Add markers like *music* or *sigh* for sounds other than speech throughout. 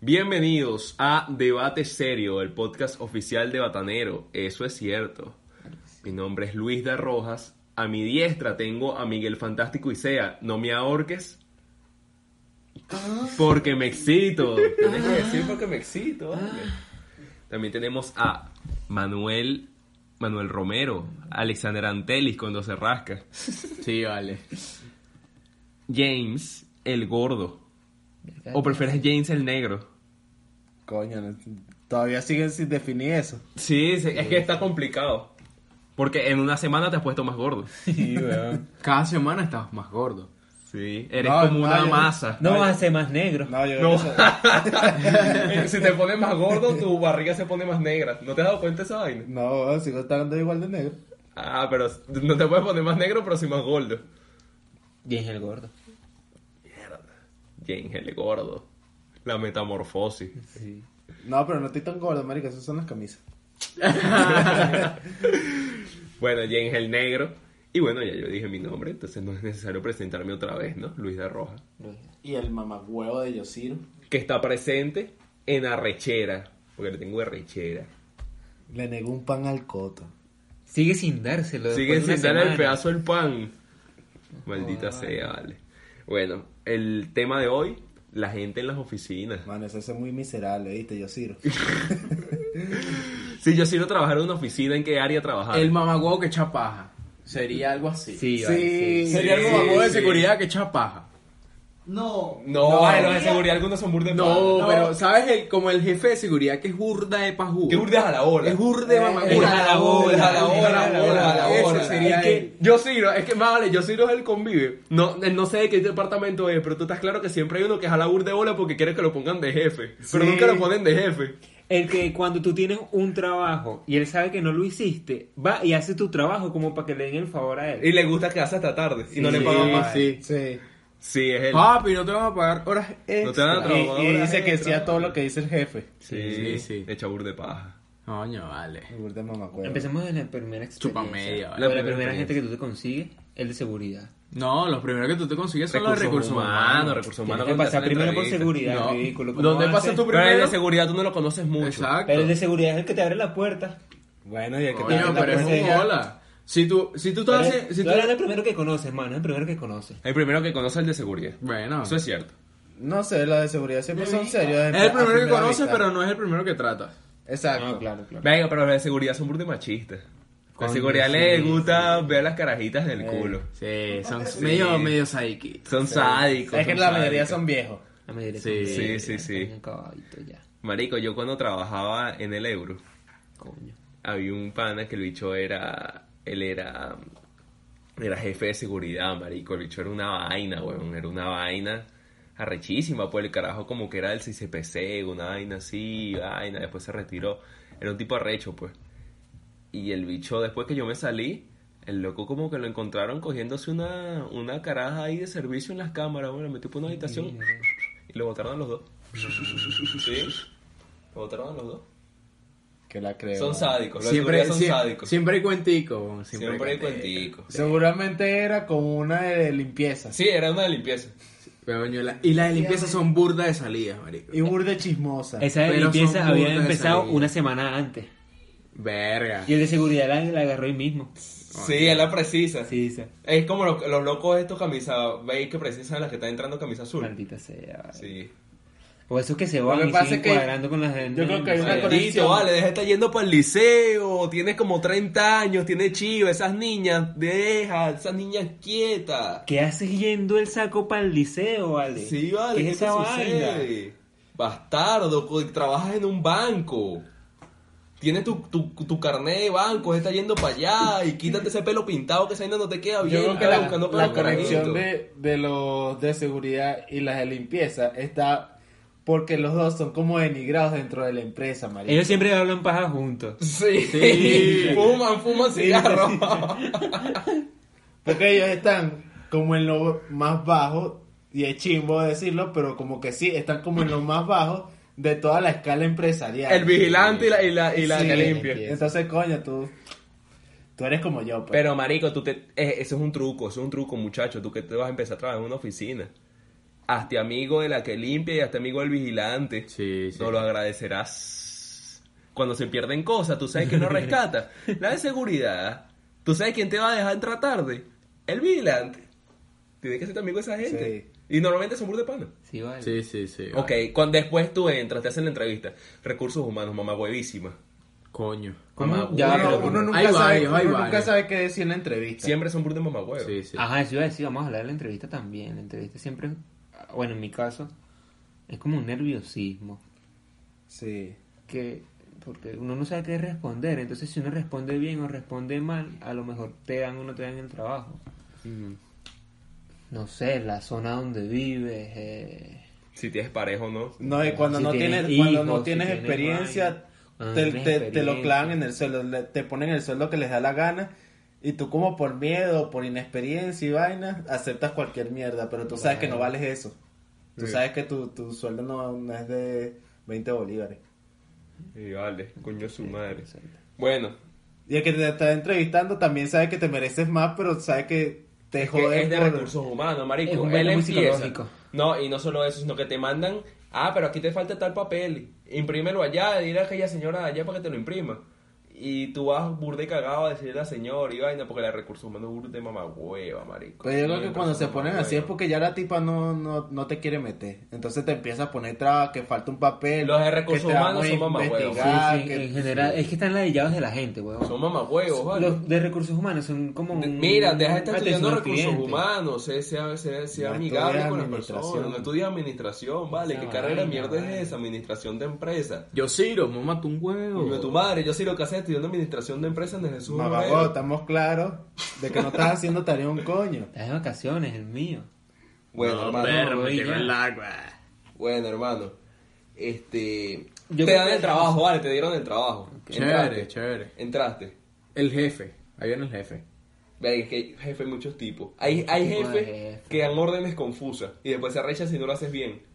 Bienvenidos a Debate Serio, el podcast oficial de Batanero. Eso es cierto. Mi nombre es Luis de Rojas. A mi diestra tengo a Miguel Fantástico Isea. No me ahorques. Porque me excito. Tienes que decir porque me excito. hombre. También tenemos a Manuel Manuel Romero, Alexander Antelis cuando se rasca. Sí, vale. James el gordo. ¿O prefieres James el negro? Coño, no- todavía siguen sin definir eso. Sí, sí, es que está complicado. Porque en una semana te has puesto más *laughs* gordo. Sí, weón. Cada semana estás más gordo. Sí, eres No, como no, una yo- masa. No vas a ser más negro. No, yo No. creo *laughs* que eso- si te pones más gordo, tu barriga se pone más negra. ¿No te has dado cuenta de esa vaina? No, weón, sigo estando igual de negro. Ah, pero no te puedes poner más negro, pero sí más gordo. James el gordo. James el gordo. La metamorfosis. No, pero no estoy tan gordo, marica, esas son las camisas. Bueno, James el negro. Y bueno, ya yo dije mi nombre, entonces no es necesario presentarme otra vez, ¿no? Luis de Roja. Y el mamagüevo de Yosiro. Que está presente en arrechera. Porque le tengo arrechera. Le negó un pan al coto. Sigue sin dárselo. Sigue después de sin una dar el semana. pedazo del pan. Maldita sea, vale. Bueno, el tema de hoy, la gente en las oficinas. Mano, eso es muy miserable, ¿viste, Yosiro? Si yo quiero trabajar en una oficina, ¿en qué área trabajar? El mamagüevo que echa paja. Sería algo así. Sí, vale, Sí. sí. Sería el Sí, mamagüevo de sí. seguridad que echa paja. No. No, No. ay, los de seguridad algunos son burdes. No, pero ¿sabes? El, como el jefe de seguridad que es burda de pajú. ¿Qué burdes a la hora? Es burda de mamagüevo. es a la bola, Es a la es hora, a a la la hora, a la Ese hora. sería Es que él. yo Ciro, es que más vale, yo Ciro es el convive. No, él no sé de qué departamento es, pero tú estás claro que siempre hay uno que es a la burda de bola porque quiere que lo pongan de jefe. Pero Sí. nunca lo ponen de jefe. El que cuando tú tienes un trabajo y él sabe que no lo hiciste, va y hace tu trabajo como para que le den el favor a Y él. le gusta quedarse hasta tarde y no le Sí, pagan más. Sí, sí. Sí, es él. Papi, no te van a pagar horas No te extra. van a trabajar. Y, y dice que sí a todo lo que dice el jefe. Sí, sí, Sí, sí. sí. Echa burda de paja. Coño, vale. El gordo mamagüevo. Empecemos de la primera experiencia. Chupa media, O vale. La, La primera primera gente experiencia. que tú te consigues, el de seguridad. No, los primeros que tú te consigues son los de recursos humanos. recursos Tienes humanos. que cuando hacen pasar la primero por entrevista. seguridad, No. ridículo. ¿Cómo ¿Dónde vas a pasa hacer? tu Pero el de primero? seguridad tú no lo conoces mucho. Exacto. Pero el de seguridad es el que te abre la puerta. Bueno, y el que te Pues Coño, abre la pero es puerta un ya- hola. Si tú, si tú Tú estás... eres- haciendo- Si tú tú, eres el primero que conoces, mano. El primero que conoces. El primero que conoce es el de seguridad. bueno. Eso es cierto. No sé, los de seguridad siempre son serios. Es el primero que conoces, pero no es el primero que tratas. Exacto. claro, claro. Venga, pero los de seguridad son burda machistas. La Coño, seguridad sí, les gusta ver las carajitas del Eh. culo. Sí, son Sí. medio, medio psiquitos. Son sádicos. Es que son la mayoría sádicos. son viejos. La mayoría Sí, son- sí, sí, sí. Coño, caballito, ya. Marico, yo cuando trabajaba en el Euro, Coño. había un pana que el bicho era. Él era. Era jefe de seguridad, marico. El bicho era una vaina, weón. Era una vaina arrechísima, pues el carajo como que era del CCPC, una vaina así, vaina. Después se retiró. Era un tipo arrecho, pues. Y el bicho, después que yo me salí, el loco como que lo encontraron cogiéndose una, una caraja ahí de servicio en las cámaras, bueno, metió por una habitación y lo botaron a los dos. Sí, lo botaron a los dos. Que la creo. Son sádicos, los Siempre, siempre son sie- sádicos. siempre hay cuentico. Siempre, hay cuentico. Seguramente era como una de limpieza. Sí, era una de limpieza. Pero, coño, la- y las de limpieza son burda de salidas, marico. Y burde chismosa. Esa de Pero limpieza son había burdas de empezado salida. una semana antes. Verga. Y el de seguridad la, la agarró ahí mismo. Sí, es la precisa. Sí, dice. Es como los, los locos estos camisa, veis que precisan las que están entrando camisa azul. Maldita sea. vale. Sí. O esos que se Lo van que y pasa siguen es que cuadrando con las de- yo creo que hay una Sí. Maldito, conexión. vale, deja de estar yendo para el liceo, tienes como 30 años, tienes chivo, esas niñas, deja, esas niñas quietas. ¿Qué haces yendo el saco para el liceo, vale? Sí, vale, ¿Qué es esa vaina? sucede? Bastardo, co- trabajas en un banco. Tienes tu, tu, tu carnet de banco, está yendo para allá y quítate ese pelo pintado que esa vaina no te queda bien. Yo creo que anda la, buscando la pelo conexión carajito. de, de los de seguridad y las de limpieza está porque los dos son como denigrados dentro de la empresa, María. Ellos siempre hablan paja juntos. Sí. Sí. fuman, fuman cigarro. Porque ellos están como en lo más bajo, y es chimbo decirlo, pero como que sí, están como en lo más bajo de toda la escala empresarial. El vigilante y la, y la, y la Sí, que limpia. Entonces, coño, tú, tú eres como yo. pues. Pero marico, tú te, eh, eso es un truco, eso es un truco, muchacho. Tú que te vas a empezar a trabajar en una oficina. hasta amigo de la que limpia y hasta amigo del vigilante. Sí, sí. No lo agradecerás. Cuando se pierden cosas, tú sabes que no *laughs* rescata. La de seguridad, tú sabes quién te va a dejar entrar tarde. El vigilante. Tiene que ser tu amigo de esa gente. Y normalmente son burda de pana. Sí, vale. Sí, sí, sí. Ok, cuando después tú entras, te hacen la entrevista. Recursos humanos, mamá huevísima. Coño. Mamá Ya, hueva, pero hueva. uno nunca, Hay sabe, varios, hay uno nunca varios. sabe qué decir en la entrevista. Siempre son burda de mamá hueva. Sí, sí. Ajá, eso iba a decir, vamos a hablar de la entrevista también. La entrevista siempre, ah, bueno, en mi caso, es como un nerviosismo. Sí. que porque uno no sabe qué responder, entonces si uno responde bien o responde mal, a lo mejor te dan o no te dan el trabajo. No sé, la zona donde vives. eh, Si tienes pareja o no. No, y cuando Si no tienes tienes, cuando hijos, no si tienes tienes experiencia, vaina. Ah, te, te- tienes te lo experiencia. clavan en el suelo, le- te ponen el sueldo que les da la gana. Y tú como por miedo, por inexperiencia y vaina, aceptas cualquier mierda, pero tú sabes que no Claro. vales eso. Tú Sí. sabes que tu, tu sueldo no, no es de 20 bolívares. Y vale, coño su madre. exacto. Bueno, Y el que te está entrevistando también sabe que te mereces más, pero sabe que te que jodes es de por- recursos humanos, marico. Es un Él baile muy empieza. psicológico. No, y no solo eso, sino que te mandan, ah, pero aquí te falta tal papel, imprímelo allá, dile a aquella señora de allá para que te lo imprima. Y tú vas burde cagado a decirle a la señora y vaina, porque la de recursos humanos es burde mamá hueva, marico. Pero Pues yo creo que Siempre cuando son se ponen mamá así es hueva. porque ya la tipa no, no, no te quiere meter. Entonces te empieza a poner trabas, que falta un papel. Los de recursos que te vamos humanos a son mamahuevos. Sí, investigar, sí, que- en general, es que están ladillados de la gente, weón. Son mamá huevos, vale. Los de recursos humanos son como De- un- Mira, deja de estar atención estudiando al recursos cliente. humanos, sé, sea, sea, sea No amigable estudias con las administración. personas, no estudies administración, vale, Esa qué carrera vaina, mierda vale. es esa, administración de empresas. Yo Ciro, me mató un huevo. Coño de tu madre, yo sí lo que hacía estudiando administración de empresas en Jesús. Mamagüevo, Obrero. estamos claros de que no estás haciendo tarea un coño. Estás de vacaciones, el mío. Bueno, No, hermano, perro, me voy tiró ya. el agua. bueno, hermano. Este, Yo te creo dan que- el trabajo, vale, te dieron el trabajo. Chévere, chévere. Entraste. El jefe. Ahí viene el jefe. Ve, es que hay jefe de muchos tipos. Hay, hay tipos de jefes jefe. que dan órdenes confusas y después se arrechan si no lo haces bien.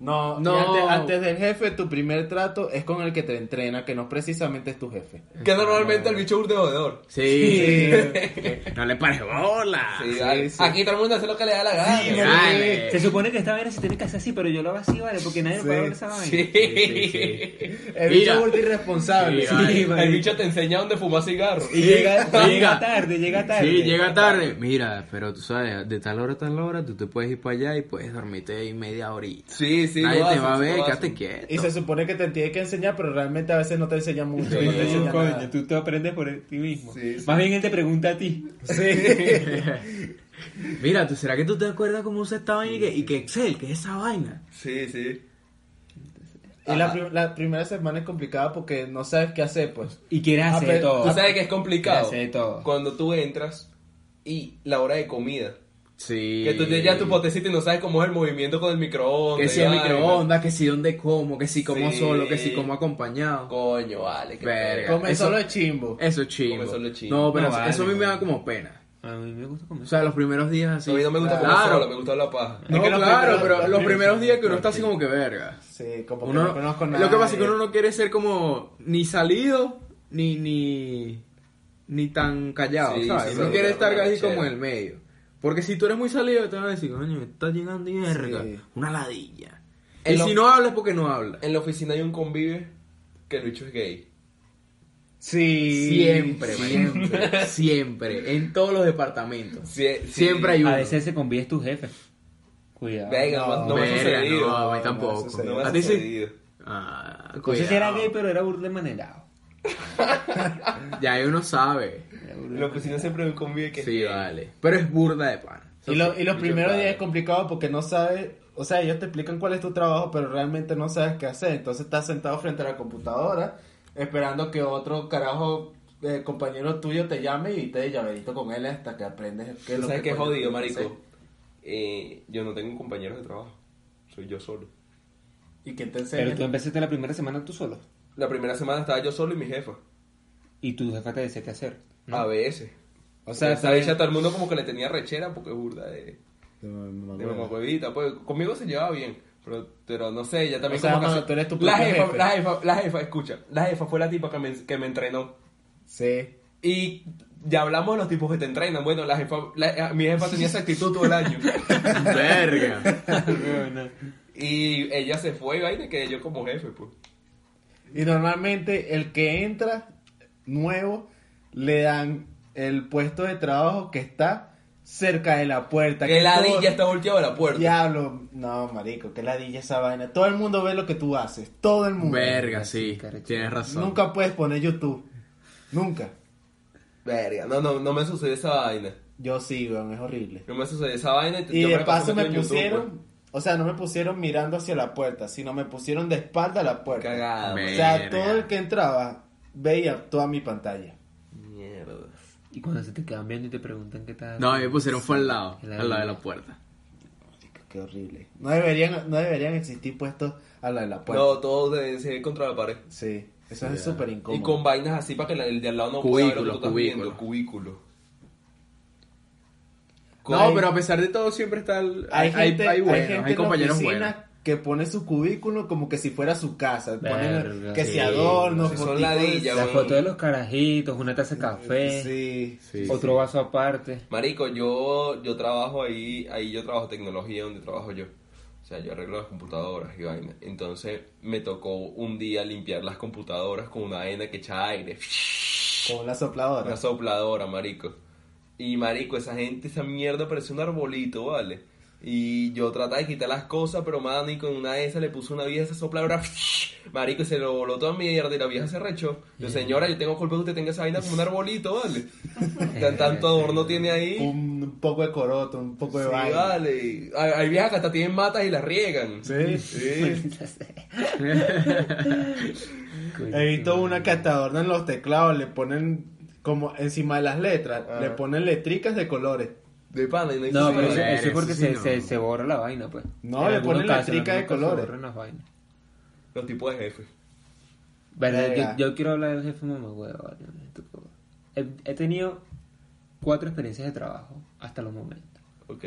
No, No. y Antes, antes del jefe, tu primer trato es con el que te entrena, que no precisamente es tu jefe. Que normalmente el bicho es de jodedor. Sí. *laughs* no le pares bola. Sí, sí, dale. sí. Aquí todo el mundo hace lo que le da la gana. Sí, Dale. Se supone que esta vaina se tiene que hacer así, pero yo lo hago así, vale, porque nadie Sí, me puede ver esa vaina. Eh. Sí. *laughs* Sí, sí, sí. El bicho Mira. es ultra irresponsable. Sí, vale. El bicho te enseña dónde fumar cigarro. Y llega, Llega. llega tarde, llega tarde. Sí, llega tarde. Mira, pero tú sabes, de tal hora a tal hora, tú te puedes ir para allá y puedes dormirte ahí media horita. Sí, sí, Nadie lo te hacen, va a sí, ver, lo quédate hacen. quieto. Y se supone que te tiene que enseñar, pero realmente a veces no te enseña mucho. no No te te enseña digo, coño, nada. tú te aprendes por ti mismo. Sí, sí. Más bien él te pregunta a ti. Sí. *laughs* Mira, ¿tú, ¿será que tú te acuerdas cómo usa esta vaina y que, y que Excel, que es esa vaina? Sí, sí. Y la, Ajá. prim- la primera semana es complicada porque no sabes qué hacer, pues. *laughs* Y quieres Ah, hacer pero todo. Tú sabes que es complicado. Ya sé todo. Cuando tú entras y la hora de comida. Sí. Que tú tienes ya tu potecito y no sabes cómo es el movimiento con el microondas. Que si el y vaina. microondas, que si dónde como, que si como Sí. solo, que si como acompañado. Coño, vale. qué Verga. pena. Come eso- solo de chimbo. Eso es chingo. Como eso es chingo. No, pero No eso- vale, eso a mí me da güey. como pena. A mí me gusta comer. O sea, los primeros días así. A mí no me gusta comer Claro. solo, me gusta la paja. No, Es que los claro, primeros- pero los sí, primeros sí, días que uno está así como que verga. Sí, como que Uno- no conozco nada. lo que pasa es que uno no quiere ser como ni salido, ni ni, ni tan callado, Sí, ¿sabes? sí, uno sí, quiere sí, estar una así rechera. como en el medio. Porque si tú eres muy salido, te van a decir, coño, estás llegando y verga, Sí. una ladilla. En y lo- si no hablas, porque no hablas. En la oficina hay un convive que el bicho es gay. Sí. Siempre, Sí. siempre, siempre, en todos los departamentos. Sí, sí. Siempre hay uno. A veces se convía es tu jefe. Cuidado. Venga, no, no me ha Verga, sucedido. no, a mí No, tampoco. no me No me ¿A ha ti sí? sucedido. Ah, No sé si era cuidado. gay, pero era burda de manerado. Ya ahí uno sabe. Era burda En de la oficina siempre hay un convive que es Sí, gay. vale. Pero es burda de pan. Y, lo- y los primeros días es como complicado porque no sabes, o sea, ellos te explican cuál es tu trabajo, pero realmente no sabes qué hacer. Entonces estás sentado frente a la computadora esperando que otro carajo eh, compañero tuyo te llame y te dé llaverito con él hasta que aprendes qué es ¿Tú lo sabes qué que coño jodido, tienes que marico? Eh, yo no tengo compañeros de trabajo. Soy yo solo. hacer. ¿Y quién te enseña? Pero tú empezaste la primera semana tú solo. La primera semana estaba yo solo y mi jefa. Y tu jefa te decía qué hacer. A veces. O O sea, sea, sabes ya todo el mundo como que le tenía rechera porque es burda de, de mamacuevita, Pues conmigo se llevaba bien. Pero, pero no sé, ya también O sea, como que mano, se- tú eres tu la propio jefa, jefe. la jefa, la jefa, escucha. La jefa fue la tipa que me, que me entrenó. Sí. Y Ya hablamos de los tipos que te entrenan. Bueno, la jefa, la- eh, mi jefa tenía esa actitud todo el *laughs* año. Verga. y ella se fue, vaina, y quedé yo como jefe, pues. Y normalmente el que entra nuevo le dan el puesto de trabajo que está cerca de la puerta. Que que la todo- ya está volteado a la puerta. Diablo, no, marico, que ladilla esa vaina. Todo el mundo ve lo que tú haces, todo el mundo. Verga, sí. Tienes razón. Nunca puedes poner YouTube. Nunca. Verga, no, no, no me sucedió esa vaina. Yo sí, weón, es horrible. No me sucedió esa vaina. Y yo de la pasé paso me metido en YouTube, pues. pusieron, o sea, no me pusieron mirando hacia la puerta, sino me pusieron de espalda a la pues. puerta. Cagada, Me- O man. sea, Verga. todo el que entraba veía toda mi pantalla. Mierda. Y cuando se te quedan viendo y te preguntan qué tal. No, a mí me pusieron fue al lado, al lado de la puerta. Marico, Qué horrible. No deberían, no deberían existir puestos a la de la puerta. No, todo de- se ve contra la pared. Sí, eso es súper incómodo. Y con vainas así para que la- el de al lado no pueda ver lo que tú estás Cubículo, viendo. Cubículo. No, pero a pesar de todo siempre está el, hay, hay gente, hay hay buenos, hay, gente en la compañeros oficina buenos. que pone su cubículo como que si fuera su casa. Verga, Ponen que sí. se adorno, Sí, son fotico de- ladillas, La weón. foto de los carajitos, una taza de café, Sí. Sí, otro vaso aparte. *laughs* Marico, yo, yo trabajo ahí, ahí yo trabajo tecnología donde trabajo yo. O sea, yo arreglo las computadoras y vaina. Entonces me tocó un día limpiar las computadoras con una vaina que echa aire. Con la sopladora. Una sopladora, marico. Y marico, esa gente, esa mierda parece un arbolito, ¿vale? Y yo trataba de quitar las cosas, pero mani con una de esas le puso una vieja esa sopladora. *laughs* Marico, y se lo voló toda mierda y la vieja se rechó. Yo, señora, yo tengo culpa que usted tenga esa vaina como un arbolito, *laughs* ¿vale? Tan- Tanto adorno tiene ahí. Un poco de coroto, un poco de Sí, vaina. vale. Hay, hay viejas que hasta tienen matas y las riegan. Sí. Sí. He visto una que hasta adornan los teclados, le ponen como encima de las letras, Ah. le ponen letricas de colores. De pana. y No, hay- pero eh. eso, Sí, eso es porque eso se, sí no. se, se borra la vaina, pues. No, En le algunos ponen la casos, en trica de algunos casos colores. borran las vainas. Los tipos de jefes. Verdad, Verga. yo, yo quiero hablar del jefe mamá vale, tú, co- he, he tenido cuatro experiencias de trabajo hasta los momentos. Ok.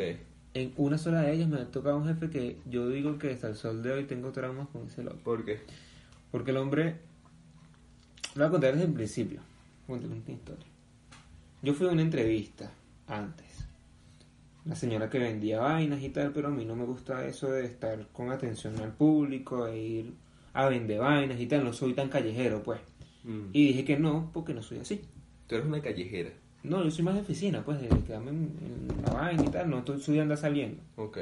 En una sola de ellas me ha tocado un jefe que yo digo que hasta el sol de hoy tengo traumas con ese loco. ¿Por qué? Porque el hombre. Lo voy a contar desde el principio. Voy a contar una historia. Yo fui a una entrevista antes. Una señora que vendía vainas y tal, pero a mí no me gusta eso de estar con atención al público, e ir a vender vainas y tal. No soy tan callejero, pues. Mm. Y dije que no, porque no soy así. Tú eres una callejera. No, yo soy más de oficina, pues, de quedarme en, en la vaina y tal. No estoy soy de andar saliendo. Ok.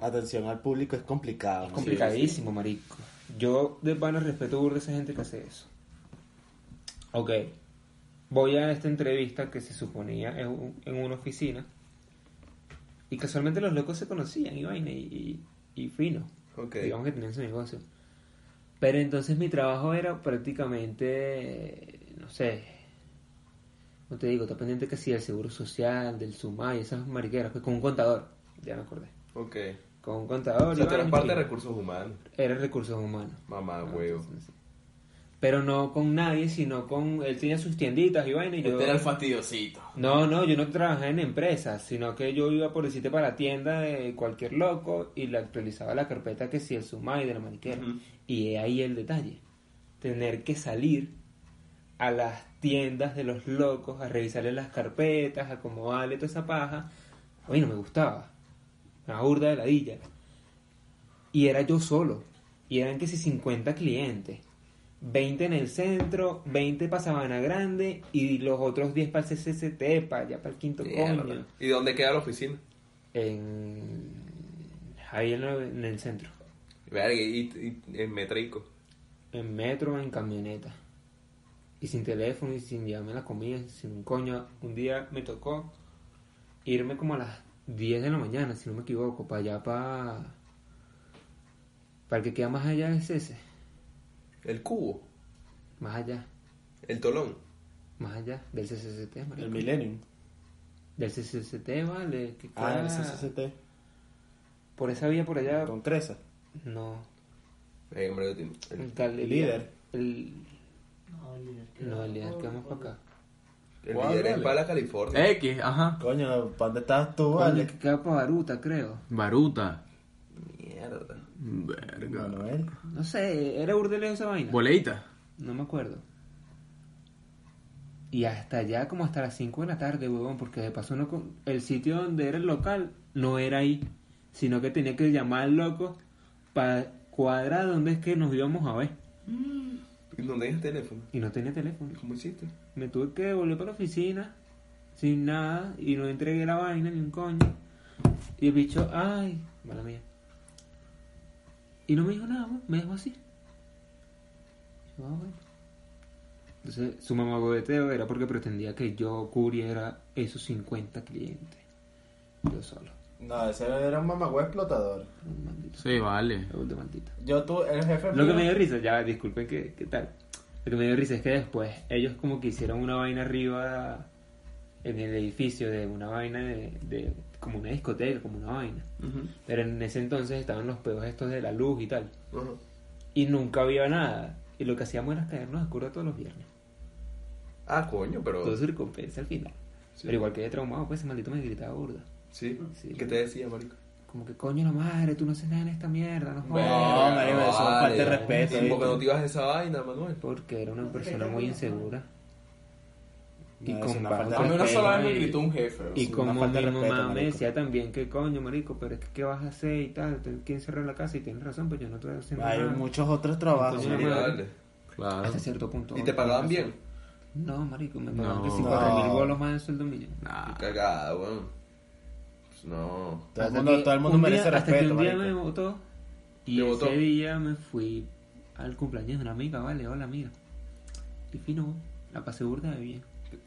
Atención al público es complicado. Es ¿no? complicadísimo, marico. Yo de pana respeto burda a esa gente que hace eso. Ok. Voy a esta entrevista que se suponía en, un- en una oficina. Y casualmente los locos se conocían y vaina y, y, y fino. Ok. Digamos que tenían su negocio. Pero entonces mi trabajo era prácticamente, no sé, no te digo, está pendiente que sí del seguro social, del SUMAI, esas mariqueras, pues con un contador, ya me acordé, Ok. con un contador. O y sea, tú eres vaina, parte de fino. recursos humanos. Era recursos humanos. Mamá, Ah, huevo. entonces, sí. Pero no con nadie, sino con... Él tenía sus tienditas y vaina y yo... Este era el fastidiosito. No, no, yo no trabajaba en empresas, sino que yo iba por decirte para la tienda de cualquier loco y le actualizaba la carpeta que si el sumai de la maniquera. Ujú. Y he ahí el detalle. Tener que salir a las tiendas de los locos a revisarle las carpetas, a acomodarle toda esa paja. A mí no me gustaba. Una burda de ladilla. Y era yo solo. Y eran que si 50 clientes. 20 en el centro, 20 para Sabana Grande y los otros 10 para el CCCT, para allá para el quinto coño. Mierda. ¿Y dónde queda la oficina? En... Ahí en, la- en el centro. Verga, y, y- en Metrico. En metro, en camioneta. Y sin teléfono y sin llevarme la comida, sin un coño. Un día me tocó irme como a las 10 de la mañana, si no me equivoco, para allá para... Para el que queda más allá es ese. El cubo. Más allá. El tolón. Más allá. Del CCCT, marico. El Millennium. Del CCCT, vale. que Ah, queda- el CCCT. Por esa vía por allá. Con Cresa. No. Eh, hombre, yo tengo- el, Galería. líder. El... No, el líder, quedamos para acá. el Guau, líder es dale. Pala, Eh. California. X, ajá. Coño, ¿para dónde estabas tú, Vale, vale? que queda para Baruta, creo. Baruta. Mierda. Verga. Manuel. No sé, era urdele esa vaina. Boleita. No me acuerdo. Y hasta allá, como hasta las 5 de la tarde, huevón, porque de paso uno con- el sitio donde era el local no era ahí, sino que tenía que llamar al loco para cuadrar dónde es que nos íbamos a ver. ¿No tenías teléfono? Y no tenía teléfono. ¿Cómo hiciste? Me tuve que volver para la oficina sin nada y no entregué la vaina ni un coño. Y el bicho, ay, mala mía. Y no me dijo nada, weón, me dejó así. Yo, ah, bueno. Entonces, su mamagobeteo era porque pretendía que yo cubriera esos 50 clientes. Yo solo. No, ese era un mamagüey explotador. Un maldito. Sí, vale. un de maldito. Yo tú, el jefe. Lo que mío- me dio risa, ya, disculpen que, que tal. Lo que me dio risa es que después ellos como que hicieron una vaina arriba en el edificio de una vaina de, de- como una discoteca, como una vaina. Pero en ese entonces estaban los peos estos de la luz y tal. Y nunca había nada. Y lo que hacíamos era caernos a cura todos los viernes. Ah, coño, pero... Todo se recompensa al final. Sí. Pero igual quedé traumado, pues ese maldito me gritaba burda. ¿Sí? Sí. ¿Qué te decía, marico? Como que coño la madre, tú no haces nada en esta mierda, no jodas. Bueno, marico, eso es vale. falta de respeto, Tiempo que ¿viste? no te ibas de esa vaina, Manuel. Porque era una persona muy insegura. Y No, con es una bajo falta respeto. de A mí una sola vez me y- gritó un jefe. bro. Y una como falta mi de respeto, mamá me marico. decía también que coño, marico, pero es que qué vas a hacer y tal, te- quién cerró la casa y tienes razón, pues yo no estoy haciendo Hay nada. muchos otros trabajos. Sí, Sí, marico. dale. Claro. Hasta cierto punto. ¿Y te pagaban tienes bien? razón. No, marico, me pagaban No. que 50 mil No. bolos más de sueldo mío. Nah. Cagada, weón. Pues no. Todo el Hasta mundo, que todo el mundo un merece día- Hasta que respeto, un día me marico. votó y Te ese votó. día me fui al cumpleaños de una amiga, vale, hola amiga. Y fino, la pasé burda de bien.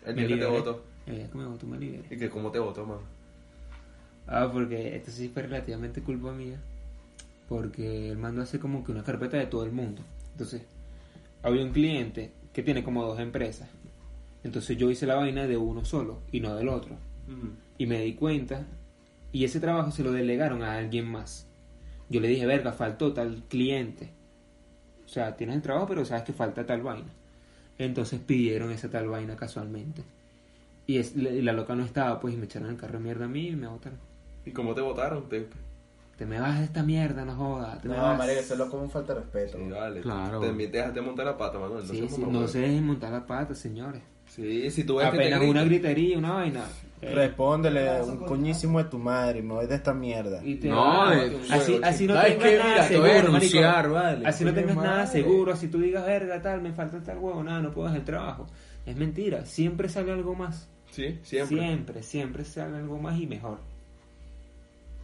El Me día que te liberé. votó. El día que me votó me liberé. ¿Y que cómo te votó, mano? Ah, porque esto sí fue relativamente culpa mía. Porque el mando hace como que una carpeta de todo el mundo. Entonces, había un cliente que tiene como dos empresas. Entonces yo hice la vaina de uno solo y no del otro. Y me di cuenta. Y ese trabajo se lo delegaron a alguien más. Yo le dije, verga, faltó tal cliente. O sea, tienes el trabajo, pero sabes que falta tal vaina. Entonces pidieron esa tal vaina casualmente. Y, es- y la loca no estaba, pues, y me echaron el carro de mierda a mí y me botaron. ¿Y cómo te votaron? Te... Te me vas de esta mierda, no jodas. Te me No, vas. marico, eso es lo como un falta de respeto. Sí, vale. Claro. También te dejaste montar la pata, Manuel. No Sí, seas sí, mamá, no weón. se dejen montar la pata, señores. Sí, si tú ves que te Apenas gritan. una gritería, una vaina. Respóndele un coñísimo de tu madre, me voy de esta mierda. Y te No, vas. de- eh, así, así no Ay, tengas que nada mira, te voy a seguro, marico. denunciar, vale. Así no Coño tengas nada madre. seguro, así tú digas, verga, tal, me falta tal huevo, nada, no puedo hacer el trabajo. Es mentira, siempre sale algo más. Sí, siempre. Siempre, siempre sale algo más y mejor.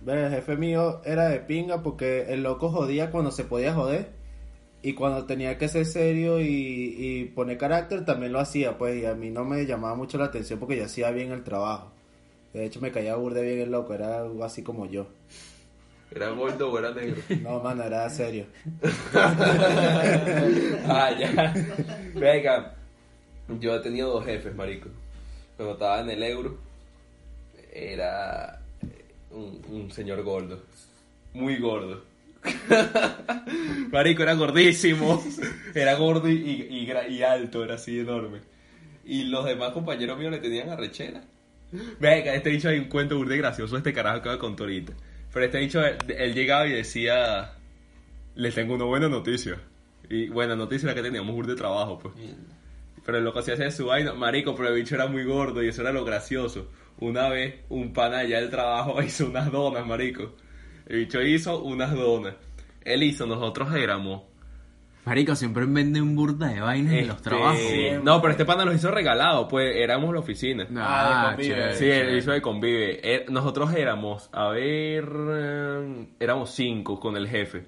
Verga, el jefe mío era de pinga porque el loco jodía cuando se podía joder. Y cuando tenía que ser serio y, y poner carácter, también lo hacía, pues. Y a mí no me llamaba mucho la atención porque yo hacía bien el trabajo. De hecho, me caía burde bien el loco, era algo así como yo. Era gordo o era negro. No, mano, era serio. *laughs* ah, ya. Venga, yo he tenido dos jefes, marico. Cuando estaba en el euro, era un, un señor gordo. Muy gordo. *laughs* marico, era gordísimo. Era gordo y, y- y gra- y alto, era así enorme. Y los demás compañeros míos le tenían arrechera. Venga, este dicho hay un cuento burde gracioso este carajo que va con ahorita. Pero este dicho, él- él llegaba y decía... Les tengo una buena noticia. Y buena noticia era que teníamos burda de trabajo, pues. Pero el loco se hacía su vaina, marico, pero el bicho era muy gordo y eso era lo gracioso. Una vez, un pana allá del trabajo *laughs* hizo unas donas, marico. El bicho hizo unas donas. Él hizo, nosotros éramos. Marico, siempre venden burda de vainas en los este, trabajos. No, pero este pana los hizo regalados, pues éramos la oficina. Nah, Ah, de convive. chévere, Sí, eh. el chévere. hizo de convive. Eh, Nosotros éramos, a ver, eh, éramos cinco con el jefe.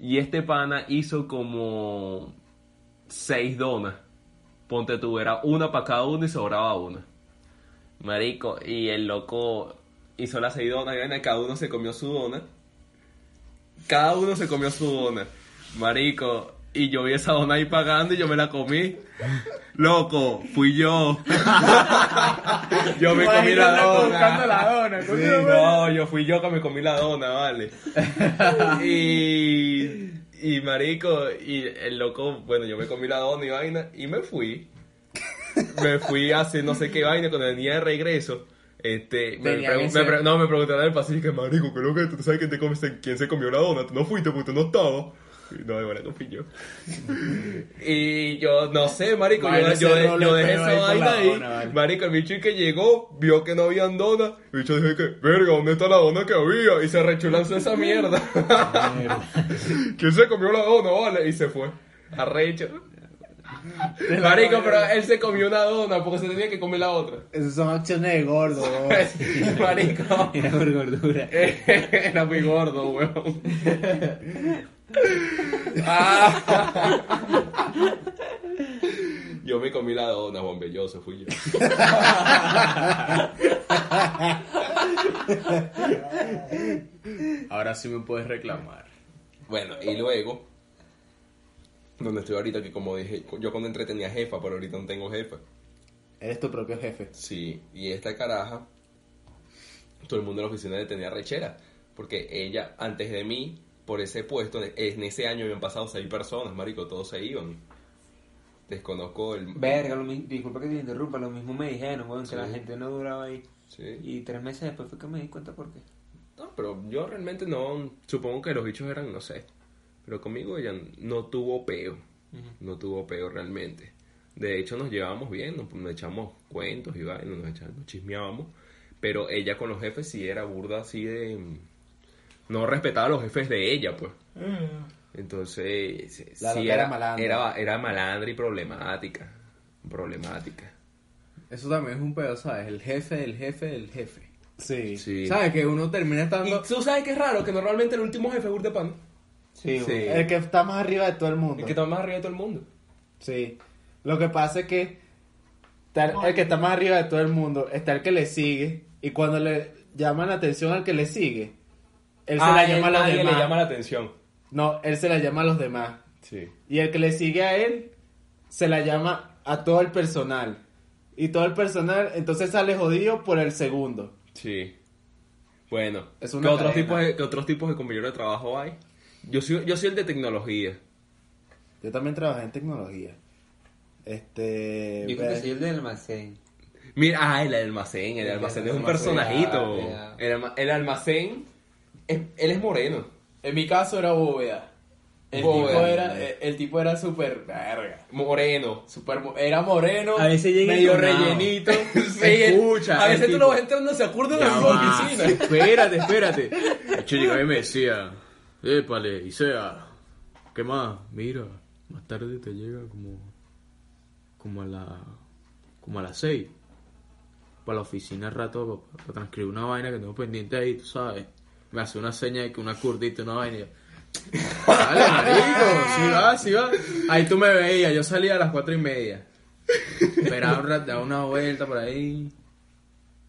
Y este pana hizo como seis donas. Ponte tú, era una para cada uno y sobraba una. Marico, y el loco hizo las seis donas, y vaina, cada uno se comió su dona. Cada uno se comió su dona. Marico, y yo vi esa dona ahí pagando y yo me la comí. Loco, fui yo. *laughs* yo me comí la dona. Sí, no, yo fui yo que me comí la dona, *laughs* vale. y, y marico, y el loco, bueno, yo me comí la dona y vaina, y me fui. Me fui a hacer no sé qué vaina cuando venía de regreso. Este, me Tenían pregun- ese- me pre- no, me preguntaron en el pasillo que marico, creo que tú sabes quién, te come- quién se comió la dona, tú no fuiste porque tú no estabas. No, de buena *laughs* copiño. y yo, no sé, marico, Vale, yo, yo, ese yo rolo dejé feo esa ahí por la vaina ahí. dona, vale. Marico, el bicho y que llegó, vio que no habían dona. El bicho dijo que, verga, ¿dónde está la dona que había? Y se rechulanzó esa *laughs* mierda. *laughs* ¿Quién se comió la dona, vale? Y se fue. Arrecho. *laughs* Marico, pero él se comió una dona porque se tenía que comer la otra. *laughs* Esas son acciones de gordo. weón. Marico. *laughs* Era por gordura. Era muy gordo, weón. *laughs* Ah. Yo me comí la dona, bombelloso fui yo. Ahora sí me puedes reclamar. Bueno, y luego, donde estoy ahorita, que como dije, yo cuando entré tenía jefa, pero ahorita no tengo jefa. Eres tu propio jefe. Sí, y esta caraja, todo el mundo en la oficina le tenía rechera, porque ella, antes de mí, por ese puesto, en ese año habían pasado seis personas, marico, todos se iban. Desconozco el... Verga, lo mi- disculpa que te interrumpa, lo mismo me dijeron, weón, que la Sí. gente no duraba ahí. Sí. Y tres meses después fue que me di cuenta por qué. No, pero yo realmente no. Supongo que los bichos eran, no sé. Pero conmigo ella no tuvo peo. No tuvo peo realmente. De hecho, nos llevábamos bien, nos, nos echamos cuentos y vainas, nos, echamos, nos chismeábamos. Pero ella con los jefes sí era burda, así de. mm, No respetaba a los jefes de ella, pues. Entonces, sí, La sí loca era malandra. Era, era malandra y problemática. Problemática. Eso también es un pedo, ¿sabes? El jefe del jefe del jefe. Sí. Sí. ¿Sabes? Que uno termina estando... tú sabes que es raro que normalmente el último jefe es burda de pan. Sí, Sí. weón. El que está más arriba de todo el mundo. El que está más arriba de todo el mundo. Sí. Lo que pasa es que tal- el que está más arriba de todo el mundo está el que le sigue. Y cuando le llaman la atención al que le sigue, él se Ah, la él- llama a los nadie demás. le llama la atención. No, él se la llama a los demás. Sí. Y el que le sigue a él, se la llama a todo el personal. Y todo el personal, entonces sale jodido por el segundo. Sí. Bueno, Es ¿qué una otros, cadena. tipos de, qué otros tipos de compañeros de trabajo hay? Yo soy, yo soy el de tecnología. Yo también trabajé en tecnología. Este. Yo creo que ve- soy el del almacén. Mira, ah, el almacén, el, El almacén es un almacén, personajito. ya, ya. El, alma- el almacén, es- él es moreno. En mi caso era bóveda. El Bóveda. tipo era, el, el tipo era súper verga. Moreno. Super, mo- era moreno, A veces llega medio entonado. rellenito. *laughs* Sí, Escucha, a el veces tú tipo. lo ves entrando, se acuerdan de Ya su va, oficina. Espérate, espérate. El chico a mí me decía, épale, Isea, ¿qué más? Mira, más tarde te llega como, como a la, como a las seis. Para la oficina al rato, para, transcribir una vaina que tengo pendiente ahí, tú sabes. Me hace una seña de que una curdita, una vaina. y yo, Dale, marico, sí va, sí va. Ahí tú me veías, yo salía a las cuatro y media. Esperaba un rato, daba una vuelta por ahí.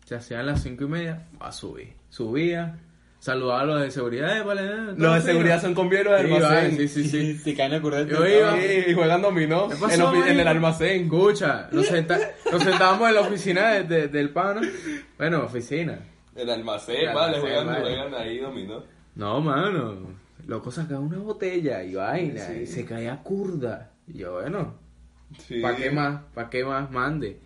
Se hacían las cinco y media, a subir. Subía, saludaba a los de seguridad. eh, vale, eh, todo *laughs* Los de fino. seguridad son compañeros de Sí, vale, almacén. sí, sí, sí. *laughs* Si caen a curarte. Yo iba, Sí, y juegan dominó ¿Qué en, la pasó, ofi- en el marico? almacén. Escucha, nos, senta- nos sentábamos en la oficina de- de- del pana. Bueno, oficina. El almacén, El vale, almacén, juegan, vale. juegan ahí dominó. No, mano. Loco sacaba una botella y vaina. Y se caía curda. Y yo, bueno, Sí. ¿Para qué más? ¿Para qué más? Mande.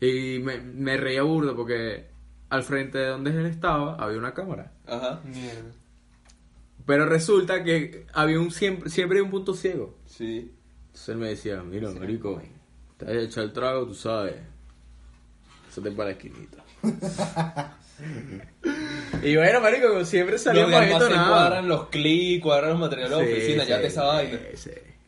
Y me, me reía burdo porque al frente de donde él estaba había una cámara. Ajá, Mierda. Pero resulta que había un siempre, siempre hay un punto ciego. sí. Entonces él me decía, mira, marico, te has echado el trago, tú sabes. Se te para la *laughs* esquinita. y bueno, marico, siempre Los de salíamos almacén esto nada. cuadran los clics, cuadran los materiales de la oficina, ya te esa vaina.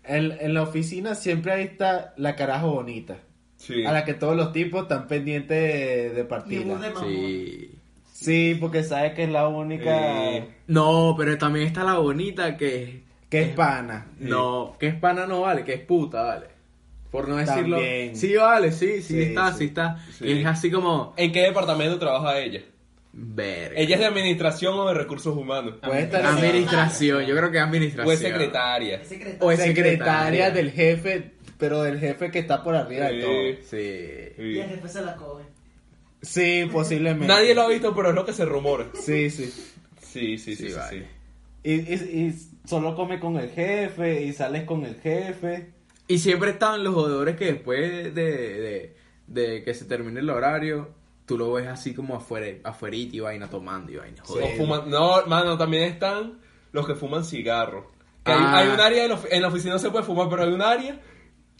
En, en la oficina siempre ahí está la carajo bonita. Sí. A la que todos los tipos están pendientes de, de partida. Sí. Sí, porque sabe que es la única Eh, No, pero también está la bonita que que es pana. No, que es pana no vale, que es puta, vale. Por no decirlo. También. Sí, vale, sí, sí, Sí, está, sí, sí. está. Sí. Y es así como. ¿En qué departamento trabaja ella? Verga. ¿Ella es de administración o de recursos humanos? Ah, Puede estar Administración, yo creo que es ¿O administración. es secretaria? O es secretaria del jefe, pero del jefe que está por arriba de todo. Sí. Sí. Sí, posiblemente. Nadie lo ha visto, pero es lo que se rumora. Sí, sí. Sí, sí, sí, Sí, sí. vale. sí. Y, y- y solo come con el jefe y sales con el jefe. Y siempre estaban los odores que después de, de, de que se termine el horario, tú lo ves así como afuera, afuerita y vaina tomando y vaina. O Joder. fuman- No, mano, también están los que fuman cigarro. Que hay- Ah. hay, un área, en, la ofi- en la oficina no se puede fumar, pero hay un área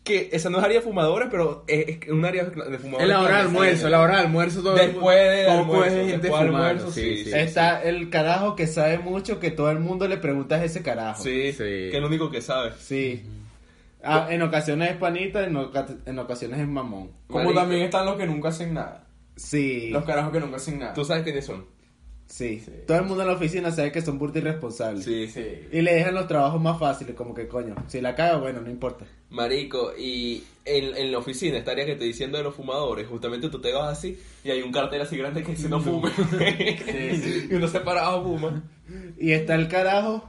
que esa no es área de fumadores, pero es, es un área de fumadores. Es la hora de clandestina. almuerzo, la hora de almuerzo todo Después de poco almuerzo, es gente después de fumando, almuerzo, sí, sí. Está el carajo que sabe mucho que todo el mundo le pregunta es ese carajo. Sí, Sí. que es lo único que sabes. Sí. Ah, en ocasiones es panita, en, oca- en ocasiones es mamón. Como Marico. también están los que nunca hacen nada. Sí. Los carajos que nunca hacen nada. ¿Tú sabes quiénes son? Sí. Todo el mundo en la oficina sabe que son burda irresponsables. Sí, Sí. Y le dejan los trabajos más fáciles, como que coño. Si la caga, bueno, no importa. Marico, y en, en la oficina, esta área que estoy diciendo de los fumadores, justamente tú te vas así y hay un cartel así grande que dice no fume. *laughs* y uno se para abajo fuma. Y está el carajo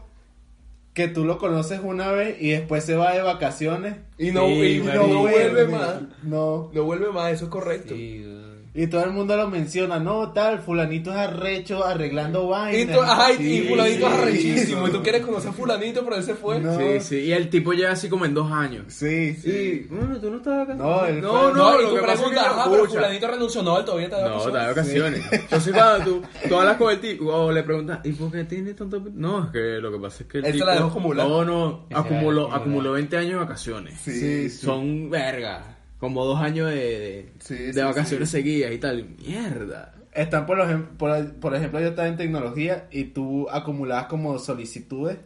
que tú lo conoces una vez y después se va de vacaciones. Y no, Sí, y no marico. vuelve más. No. No vuelve más, eso es correcto. Sí, weón. Y todo el mundo lo menciona, no, tal, fulanito es arrecho arreglando Y vainas. tú, ajá, y- y Sí, fulanito es sí, arrechísimo. Y tú quieres conocer a fulanito, pero él se fue. No. Sí, sí. Y el tipo llega así como en dos años. Sí, sí. Bueno, tú no estabas acá. No, él No, fue- No, no, y lo tú que pasa es que preguntas, no ajá, pero escucha". fulanito renunció. No, él todavía está de No, vacaciones. está de ocasiones. Entonces, cuando tú, tú hablas con el tipo o le preguntas, ¿y por qué tiene tanto.? pe-?" No, es que lo que pasa es que el Él se tipo. la dejó acumular. No, no, Él se la dejó acumuló, acumular. acumuló 20 años de vacaciones. Sí, sí. Son verga. Como dos años de, de, Sí, de sí, vacaciones seguidas y tal. Mierda. Están, por, los ejem- por, por ejemplo, yo estaba en tecnología y tú acumulabas como solicitudes.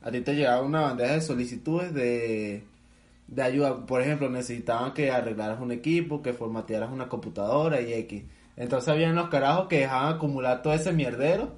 A ti te llegaba una bandeja de solicitudes de, de ayuda. Por ejemplo, necesitaban que arreglaras un equipo, que formatearas una computadora y X. Entonces habían los carajos que dejaban acumular todo ese mierdero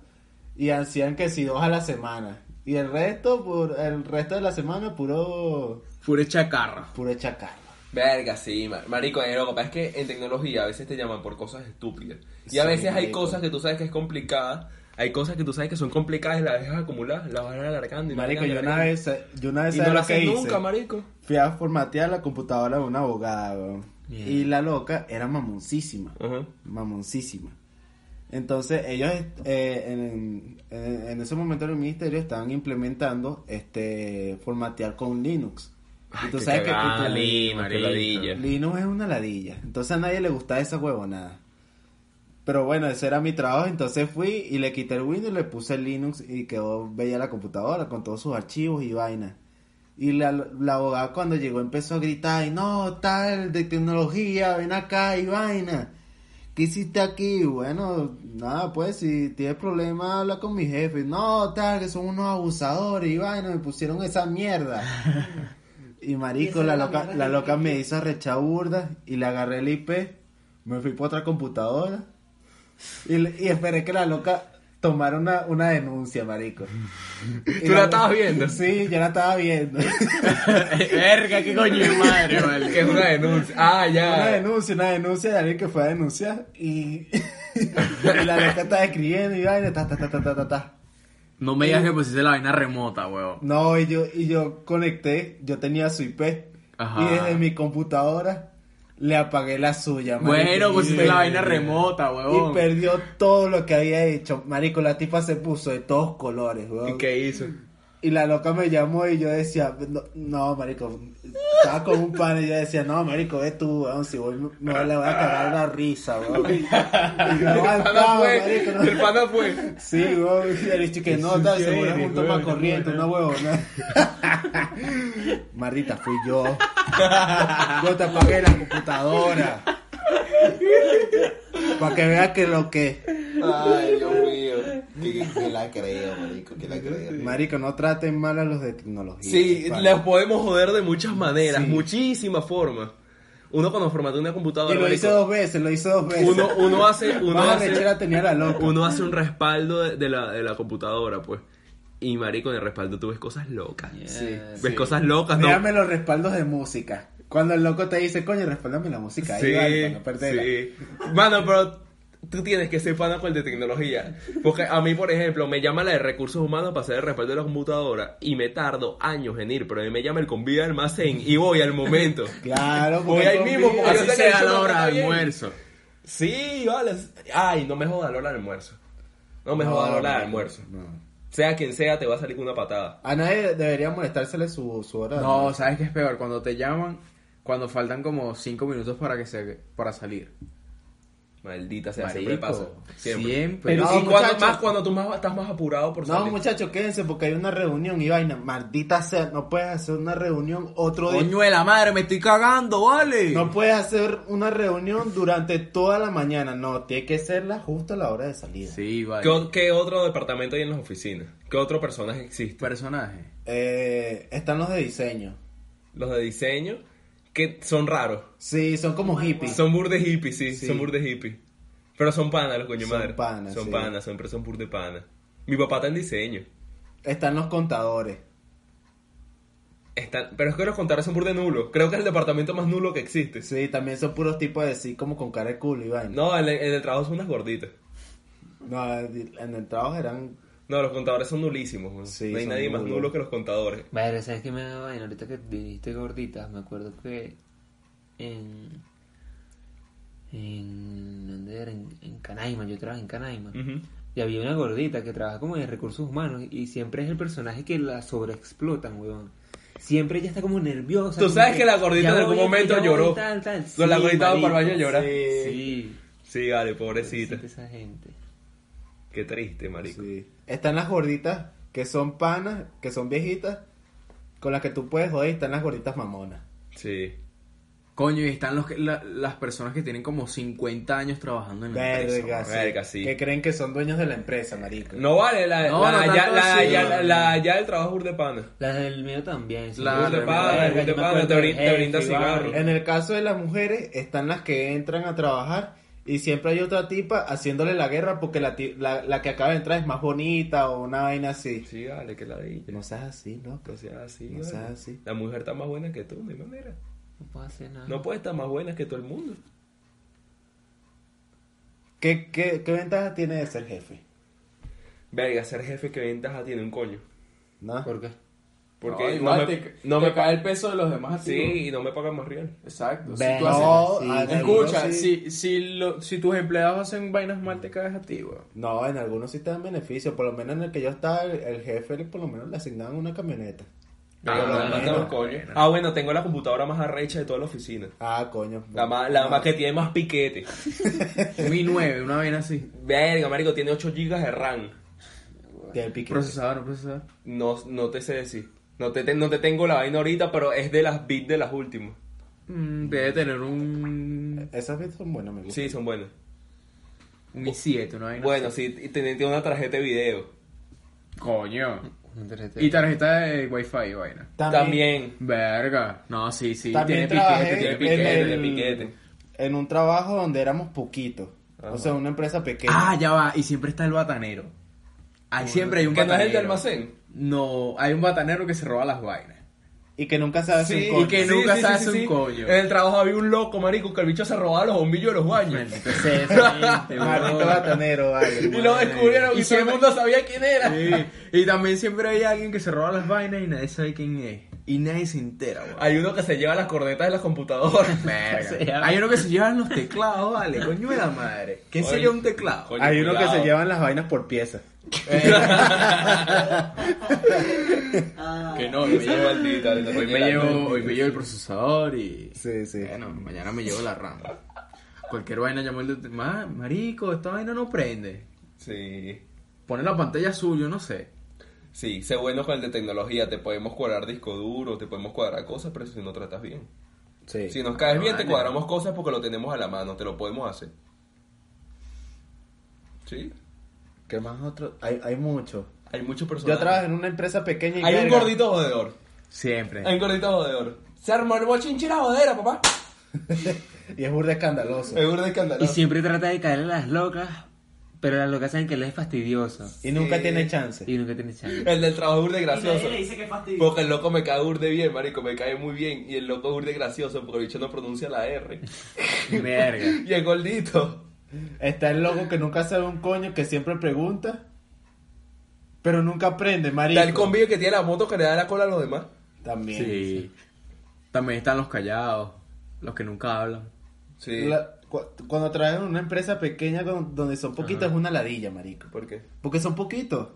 y hacían que si dos a la semana. Y el resto, por, el resto de la semana, puro, Pure chacarra. puro chacal. Verga, sí, ma- marico, eh, lo que pasa es que en tecnología a veces te llaman por cosas estúpidas. Y a Sí, veces hay marico. cosas que tú sabes que es complicada, hay cosas que tú sabes que son complicadas y las dejas acumular, las vas alargando y Marico, alargando, yo una alargando. vez, yo una vez Y ¿sabes no lo las haces que hice? nunca, marico. fui a formatear la computadora de una abogada, weón. Y la loca era mamoncísima. Ajá. Mamoncísima. Entonces, ellos eh, en, en- en ese momento en el ministerio estaban implementando este formatear con Linux. Y tú sabes que- que- Linux, marico. Linux es una ladilla. Entonces a nadie le gustaba esa huevonada. Pero bueno, ese era mi trabajo. Entonces fui y le quité el Windows y le puse el Linux y quedó bella la computadora con todos sus archivos y vaina. Y la, la abogada cuando llegó empezó a gritar, y no, tal, de tecnología, ven acá y vaina. ¿Qué hiciste aquí? Bueno, nada, pues si tienes problema habla con mi jefe. No, tal, que son unos abusadores y vaina, me pusieron esa *laughs* mierda. Y marico, la loca, la loca me hizo arrechar burda y le agarré el IP, me fui por otra computadora y, le- y esperé que la loca tomara una, una denuncia, *laughs* marico. ¿Tú la estabas viendo? Sí, yo la estaba viendo. *laughs* verga, qué coño de *laughs* madre, vale. Que es una denuncia. Ah, Una ya. denuncia, una denuncia de alguien que fue a denunciar y, *laughs* y la loca estaba escribiendo y vaina, ta, ta, ta, ta, ta, ta, ta. No me digas que pusiste la vaina remota, weón. No, y yo, y yo conecté, yo tenía su IP. Ajá. Y desde mi computadora le apagué la suya, marico, Bueno, y pusiste me- la vaina remota, Y weón. perdió todo lo que había hecho. Marico, la tipa se puso de todos colores, weón. ¿Y qué hizo? Y la loca me llamó y yo decía, no, no, marico, estaba con un pan y yo decía, no, marico, ve tú, weón, si voy, me voy- le voy a cagar la risa, *laughs* weón. Y no El aguantaba, pana marico, fue. El no. pana fue. Sí, weón, y le dije que no, Sí, tal, sí, seguro es eres, un toma weón, corriente, weón. una huevona. *laughs* Marita, fui *laughs* yo. Yo te apagué la computadora. Para que veas que lo que... Ay, Dios mío. Que, la creo, marico, que la creo. Marico, no traten mal a los de tecnología. Sí, compadre. las podemos joder de muchas maneras, Sí. muchísimas formas. Uno cuando formatea una computadora, Y lo marico, hice dos veces, lo hice dos veces. uno, uno hace, uno Más hace, arrechera tenía la loca. uno hace un respaldo de, de la, de la computadora, pues. Y marico, en el respaldo tú ves cosas locas. Sí. Ves cosas locas, ¿no? Mírame los respaldos de música. Cuando el loco te dice, coño, respáldame la música. ahí va, para no perderla. sí. Mano, pero tú tienes que ser pana con el de tecnología. Porque a mí, por ejemplo, me llama la de recursos humanos para hacer el respaldo de la computadora y me tardo años en ir, pero a mí me llama el convida de almacén y voy al momento. Claro, Voy ahí confía. mismo, porque- Así Yo sé que sea eso la no hora está de bien. almuerzo. *laughs* Sí, vale. Ay, no me jodas la hora del almuerzo. No me jodas la hora del almuerzo. Sea quien sea, te va a salir con una patada. A nadie debería molestársele su, su hora. de No, almuerzo. ¿sabes qué es peor? Cuando te llaman, cuando faltan como 5 minutos para que se para salir. Maldita sea, siempre pasa. Marico, Siempre. siempre. Pero No, y cuando- muchachos. más cuando tú más, estás más apurado por No, salir. muchachos, quédense porque hay una reunión y vaina. Maldita sea, no puedes hacer una reunión otro día. Coño de la madre, me estoy cagando, vale. No puedes hacer una reunión durante toda la mañana. No, tiene que serla justo a la hora de salida. Sí, vale. ¿Qué, o- qué otro departamento hay en las oficinas? ¿Qué otro personaje existe? personaje? Eh, están los de diseño. Los de diseño, que son raros. Sí, son como hippies. Son burde hippies, sí, Sí. son burde hippies. Pero son panas los coño Son madre. panas, Son sí. panas, siempre son burde panas. Mi papá está en diseño. Están los contadores. Están- pero es que los contadores son burde nulos. Creo que es el departamento más nulo que existe. Sí, también son puros tipos de sí, como con cara de culo y vaina. No, en el, en el trabajo son unas gorditas. No, en el trabajo eran... No, los contadores son nulísimos. güey. Sí, no hay son nadie más nulos. nulo que los contadores. Madre, ¿sabes qué me da vaina? Ahorita que viniste gorditas, me acuerdo que en. En. ¿Dónde era? En, en Canaima, yo trabajé en Canaima. Ujú. Y había una gordita que trabaja como en recursos humanos y siempre es el personaje que la sobreexplotan, weón. Siempre ella está como nerviosa. Tú como sabes que la gordita ya en algún voy, momento ya voy, lloró. tal, tal. No, la gordita va para el marico, baño y llora. Sí. Sí, vale, pobrecita. Pobrecita esa gente. Qué triste, marico. Sí. Están las gorditas que son panas, que son viejitas, con las que tú puedes joder. y Están las gorditas mamonas. Sí. Coño, y están los que- la- las personas que tienen como 50 años trabajando en la Verga, empresa. sí. verga, sí. Mm. Que creen que son dueños de la empresa, marico. No vale, la, No, la, no tanto ya, la, así, ya, no. la, la- ya el trabajo es burde pana. Las del mío también. sí. La- Yo Burda me pana, acuerdo, burda yo me pana, acuerdo te del brin- te jefe, brinda y cigarro. barrio. En el caso de las mujeres, están las que entran a trabajar y siempre hay otra tipa haciéndole la guerra porque la, ti- la, la que acaba de entrar es más bonita o una vaina así. Sí, vale, que la di. No seas así, loco. No seas así. No vale. seas así. La mujer está más buena que tú, de manera. No puedo hacer nada. No puede estar más buena que todo el mundo. ¿Qué, qué, ¿Qué ventaja tiene de ser jefe? Verga, ser jefe, que ventaja tiene un coño. ¿No? ¿Por qué? Porque no, no, igual me, te, no te me cae el peso de los demás a ti, Sí, y no me pagan más real. güey. Exacto. Ven. Si tú haces- No, Sí. a- en Escucha, algunos sí. si, si, lo- si tus empleados hacen vainas mal, te caes a ti, güey. No, en algunos sí te dan beneficio. Por lo menos en el que yo estaba, el, el jefe por lo menos le asignaban una camioneta. Ah, Pero bueno, bueno. tengo el coño. Ah, bueno, tengo la computadora más arrecha de toda la oficina. Ah, coño. La más, la más que tiene más piquete. Un i9, una vaina así. Verga, marico, tiene 8 GB de RAM. Tiene piquete. Procesador, no procesador. No, no te sé decir. No te, te- no te tengo la vaina ahorita, pero es de las bits de las últimas. Mm, debe tener un, Esas veces son buenas, me gustan. Sí, son buenas. un i7, una vaina Oh, Bueno, sí, y tiene, tiene una tarjeta de video. así. Coño. No te retes. Y tarjeta de wifi y vaina. También. Verga. No, sí, sí. También tiene trabajé piquete, tiene en piquete. el- tiene piquete. En un trabajo donde éramos poquitos. O sea, una empresa pequeña. Ah, ya va. Y siempre está el batanero. Ahí siempre hay un Que no es batanero. el de almacén. No, hay un batanero que se roba las vainas. Y que nunca se hace Sí, un coño. y que nunca se hace un coño. En el trabajo había un loco, marico, que el bicho se robaba los bombillos de los baños. Entonces, *laughs* Maldito *laughs* batanero, y vale. lo descubrieron y, todo el siempre- mundo sabía quién era. Sí, y también siempre hay alguien que se roba las vainas y nadie sabe quién es. Y nadie se entera, güey. Hay uno que se lleva las cornetas de las computadoras. *laughs* Verga. Hay uno que se llevan los teclados, vale, coño de la madre. ¿Qué Oye, sería un teclado? coño. Hay uno que Cuidado. se llevan las vainas por piezas. Ah. que no, yo me llevo al digital. Hoy me llevo, hoy me llevo el procesador y. Sí, sí. Bueno, mañana me llevo la RAM. Cualquier vaina llamó el de- Ma- marico, esta vaina no prende. Sí. Pone la pantalla azul, yo no sé. Sí, sé bueno con el de tecnología. Te podemos cuadrar disco duro, te podemos cuadrar cosas, pero si no tratas bien. Sí. Si nos caes bien, te Vale. cuadramos cosas porque lo tenemos a la mano, te lo podemos hacer. Sí, ¿Qué más otro? Hay, hay mucho. hay muchos personajes. Yo trabajé en una empresa pequeña y Hay un verga, gordito jodedor. Siempre. Hay un gordito jodedor. Se armó el bochinche y la jodera, papá. Y es burda escandaloso. Es burda escandaloso. Y siempre trata de caerle a las locas, pero las locas saben que él es fastidioso. Y nunca Sí. tiene chance. Y nunca tiene chance. El del trabajo es burde Y gracioso. nadie le dice que es fastidio. Porque el loco me cae burde bien, marico, me cae muy bien. Y el loco es burde gracioso porque el bicho no pronuncia la *laughs* R. Verga. Y el gordito. Está el loco que nunca sabe un coño, que siempre pregunta, pero nunca aprende, marico. Está el convive que tiene la moto que le da la cola a los demás. También. Sí. También están los callados, los que nunca hablan. Sí. La- cu- cuando trabajas en una empresa pequeña con- donde son poquitos es una ladilla, marico. ¿Por qué? Porque son poquitos.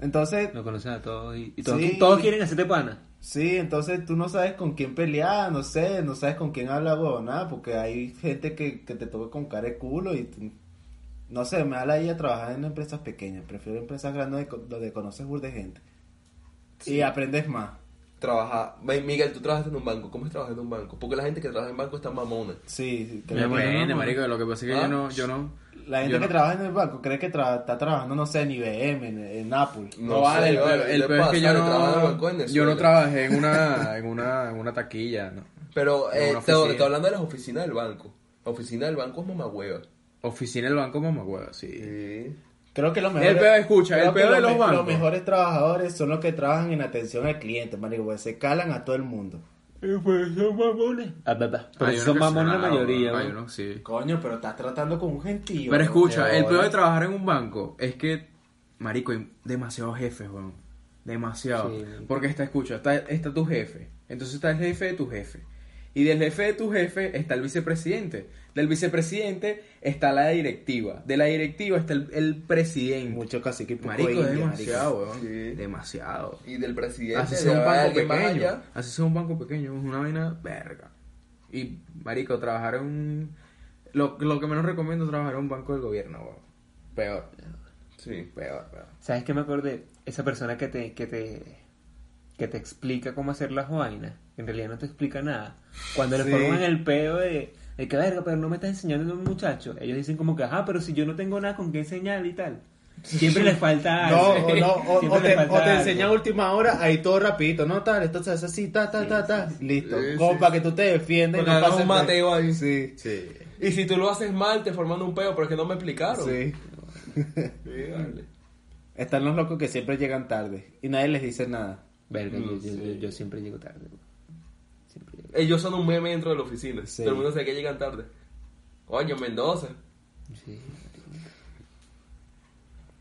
Entonces, Lo conocen a todos y, y todos, Sí. todos quieren hacerte pana. Sí, entonces tú no sabes con quién pelear, no sé, no sabes con quién hablar, huevón, nada, porque hay gente que, que te toca con cara de culo y tú- no sé, me da la idea trabajar en empresas pequeñas, prefiero empresas grandes donde co- donde conoces burde gente y aprendes más. Trabaja. Mi- Miguel, tú trabajas en un banco. ¿Cómo es trabajar en un banco? Porque la gente que trabaja en banco está mamona. Sí, sí, creo Me que- bueno, marico, lo que pasa es que ¿Ah? yo no, yo no. la gente yo que no- trabaja en el banco cree que tra- está trabajando, no sé, en IBM, en, en Apple. No, vale, el, vale, peor- el le peor es pasa, que yo le trabaja en el no, banco en yo no Venezuela. trabajé en una, en una, en una taquilla, no. Pero En eh, una te, oficina. estoy hablando de las oficinas del banco. La oficina del banco es mamahueva. Oficina del banco mamahueva, sí. Creo que los El mejores. peor, escucha, creo el que peor de los me- bancos. Los mejores trabajadores son los que trabajan en atención al cliente, marico, porque se calan a todo el mundo. Eh, pues, Ah, pa, pa. Hay Pero unos son que mamón la ah, mayoría. Hay ¿no? unos, sí. Coño, pero estás tratando con un gentío. weón. Pero escucha, el peor de trabajar en un banco es que, marico, hay demasiados jefes, weón. Demasiado. Sí. Porque está, escucha, está, está tu jefe. Entonces está el jefe de tu jefe. Y del jefe de tu jefe está el vicepresidente. Del vicepresidente está la directiva. De la directiva está el, el presidente. Mucho cacique y poco marico, es indio, demasiado, weón. Sí. Demasiado. Y del presidente. Así de sea un banco alguien más pequeño. allá. Así sea un banco pequeño. Es una vaina verga. Y, marico, trabajar en un... Lo, lo que menos recomiendo es trabajar en un banco del gobierno, weón. Peor. Sí. Peor, peor. ¿Sabes qué me acordé? Esa persona que te, que te, que te explica cómo hacer las vainas, que en realidad no te explica nada. Cuando le Sí. forman el peo de, de que verga, pero no me estás enseñando a un muchacho, ellos dicen como que, ajá, pero si yo no tengo nada con qué enseñar y tal. Siempre *laughs* les falta No, algo. o, no, o, Ah, *laughs* Siempre o les te, falta o te algo. enseñan a última hora, ahí todo rapidito, ¿no? Tal, esto se hace así, ta, ta, ta, ta. Listo. Sí, Como sí. para que tú te defiendas y Porque no hagas pases un mateo ahí. Sí. Sí. Y si tú lo haces mal, te forman un peo, pero es que no me explicaron. Sí. Sí, vale. Están los locos que siempre llegan tarde y nadie les dice nada. Verga, yo, yo- yo- yo siempre llego tarde. bro. Siempre llego. Ellos son un meme dentro de la oficina. Sí. Todo el mundo sabe que llegan tarde. Coño, Mendoza. Sí.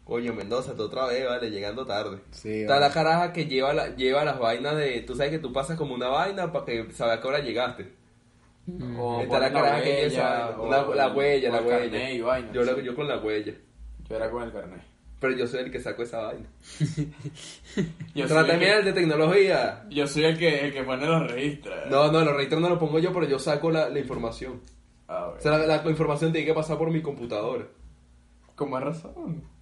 Coño, Mendoza, tú otra vez, vale, llegando tarde. Sí, Está vale. la caraja que lleva, la- lleva las vainas de... Tú sabes que tú pasas como una vaina para que sabes a qué hora llegaste. O Está la ponen caraja que lleva esa huella, vaina. o- La, la huella, o la el huella. carnet y vaina. yo, la- yo con la huella. Yo era con el carnet. Pero yo soy el que saco esa *laughs* vaina. Yo soy, Trátame el el que, de tecnología. yo soy el que, el que pone los registros. No, no, los registros no los pongo yo, pero yo saco la, la información. A O ver. sea, la, la información tiene que pasar por mi computadora. Con más razón.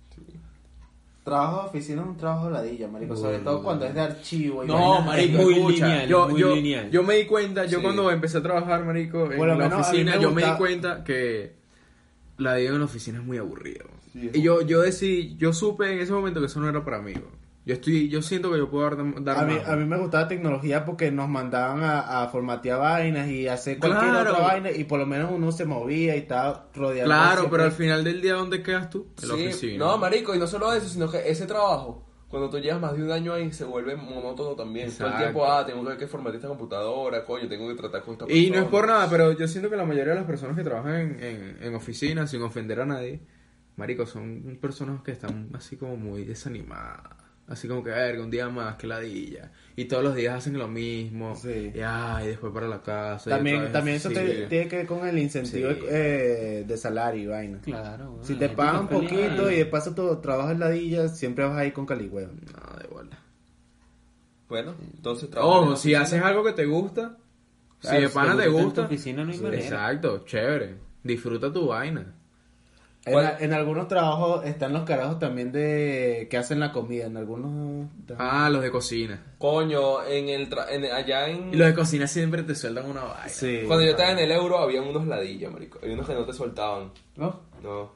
Trabajo de oficina es un trabajo ladilla, marico. Sobre todo cuando es de archivo. y No, vaina. marico, muy escucha. lineal, Yo, muy yo, lineal. yo me di cuenta, yo Sí. cuando empecé a trabajar, marico, en Por lo la menos a mí oficina, me yo me di gusta- cuenta que la vida en la oficina es muy aburrida. bro. Sí, es y yo, yo decidí, yo supe en ese momento que eso no era para mí. bro. Yo estoy, yo siento que yo puedo dar, dar Eh, A mí, más, a mí me gustaba tecnología porque nos mandaban a, a formatear vainas y hacer cualquier Claro. otra vaina y por lo menos uno se movía y estaba rodeado. Claro, siempre. pero al final del día, ¿dónde quedas tú? En la Sí, oficina. No, marico, y no solo eso, sino que ese trabajo, cuando tú llevas más de un año ahí, se vuelve monótono también. Todo el Exacto. tiempo, ah, tengo que formatear esta computadora, coño, tengo que tratar con esta Y no persona. es por nada, pero yo siento que la mayoría de las personas que trabajan en, en, en oficinas, sin ofender a nadie, marico, son personas que están así como muy desanimadas. Así como que, verga, un día más, que ladilla. Y todos los días hacen lo mismo. Sí. Y, ay, después para la casa. y otra También, vez también eso así. te- tiene que ver con el incentivo Sí. eh, de salario y vaina. Claro. Ah, bueno, Si la te gente pagan está peleada. poquito y de paso tu trabajo en ladilla, siempre vas ahí con caligüeo. No, de bola. Bueno, entonces trabajo. Ojo, si haces algo que te gusta, Claro, si de pana te en tu gusta. oficina no hay manera. exacto, chévere. Disfruta tu vaina. En, ¿Cuál? a- en algunos trabajos están los carajos también de que hacen la comida, en algunos... Ah, los de cocina. Coño, en el tra- en- allá en... Y los de cocina siempre te sueltan una vaina. Sí. Cuando yo estaba en el euro, había unos ladillas, marico. Había unos que no te soltaban. ¿No? No.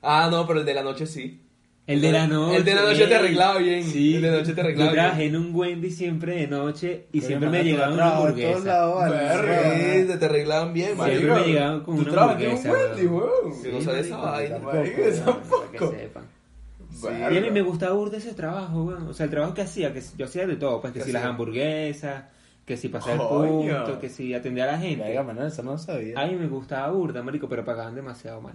Ah, no, pero el de la noche sí. El de la noche. El de la noche te ey. arreglaba bien. Sí. El de la noche te arreglaba Yo bien. trabajé en un Wendy siempre de noche y Pero siempre hermano, me tú llegaba una trabajas a todos hamburguesa. lados, ¿vale? Sí, te, te arreglaban bien, Siempre marico. me llegaban con Tú una trabajas en un hamburguesa, Wendy, weón. weón. Yo no sabía esa marico, vaina, tampoco, marico. weón. esa- Para que sepan. Y a mí me gustaba burda ese trabajo, weón. O sea, el trabajo que hacía, que yo hacía de todo, pues que ¿Qué si las hacía? hamburguesas, que si pasar el Coño. punto, que si atendía a la Verga, gente. Manuel, eso no lo sabía. A mí me gustaba burda, marico, pero pagaban demasiado mal.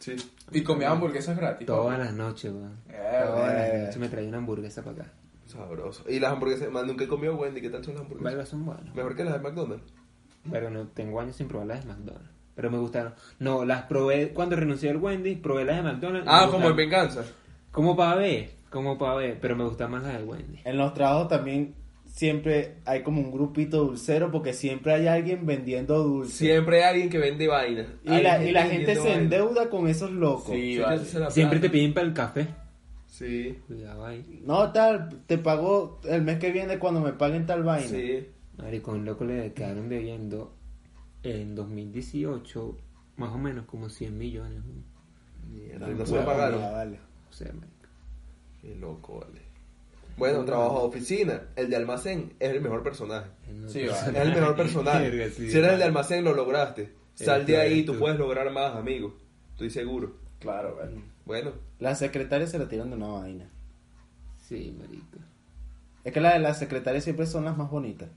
Sí. Y comía hamburguesas gratis. Todas las noches, weón. Eh, Todas las eh. noches me traía una hamburguesa para acá. Sabroso. Y las hamburguesas, man, nunca he comido Wendy, ¿qué tal son las hamburguesas? Verga, son buenas. Mejor que las de McDonald's. Pero no tengo años sin probar las de McDonald's. Pero me gustaron. No, las probé cuando renuncié al Wendy, probé las de McDonald's. Ah, me como en gustaron. venganza. Como para ver, como para ver, pero me gustan más las del Wendy. En los trabajos también siempre hay como un grupito dulcero porque siempre hay alguien vendiendo dulce. Siempre hay alguien que vende vainas. Y la, Alguien y la vendiendo gente se vaina. endeuda con esos locos. Sí, Sí, vale. esa es la Siempre te plata. piden para el café. Sí, Ya va ahí. No, tal, te pago el mes que viene cuando me paguen tal vaina. sí. Maricón loco le quedaron debiendo en 2018 más o menos como 100 millones. ¿no? Mierda, Tal no se cual, lo pagaron. ya vale. O sea, marico. Qué loco, vale. Bueno, trabajo de oficina. El de almacén es el mejor personaje. No Sí, te- va. Es el *laughs* mejor personaje. Verga, sí, si eres el vale. Este, de almacén, lo lograste. Sal tú, de ahí, eres tú tú. puedes lograr más, amigo. Estoy seguro. Claro, vale. Bueno, Las secretarias se retiran de una vaina. Sí, marico. Es que la de las secretarias siempre son las más bonitas.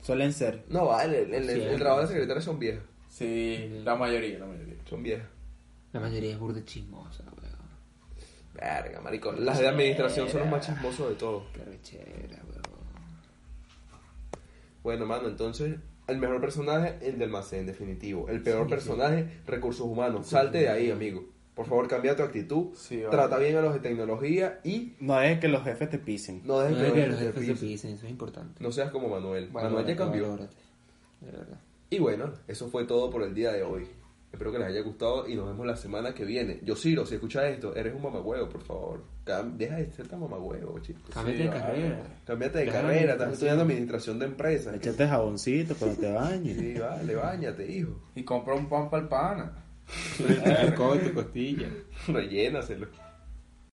Suelen ser. no vale. El, el- el Siempre. trabajo de la secretaria son viejas. Sí, la mayoría, la mayoría. Son viejas. La mayoría es burda chismosa, weón. Verga, maricón. Las de administración son los más chismosos de todos. Qué rechera, weón. Bueno, mano, entonces, el mejor personaje, el de almacén, definitivo. El peor personaje, recursos humanos. Salte de ahí, amigo. Por favor, cambia tu actitud. Sí, vale. Trata bien a los de tecnología y No es que los jefes te pisen. no dejes No es que que los te jefes te pisen. pisen, eso es importante. No seas como Manuel. Manuel ya Valórate, cambió. valórate. De verdad. Y bueno, eso fue todo por el día de hoy. Espero que les haya gustado y nos vemos la semana que viene. Yo, Ciro, si escuchas esto, eres un mamagüevo, por favor. Cam- Deja de ser tan mamagüevo, chicos. Cámbiate de carrera. Cámbiate de Deja la carrera, administración. estás estudiando administración de empresas. Échate jaboncito cuando te bañes. Sí, vale, bañate, hijo. Y compra un pan para el pana. Cote, costilla. *laughs* Rellénaselo.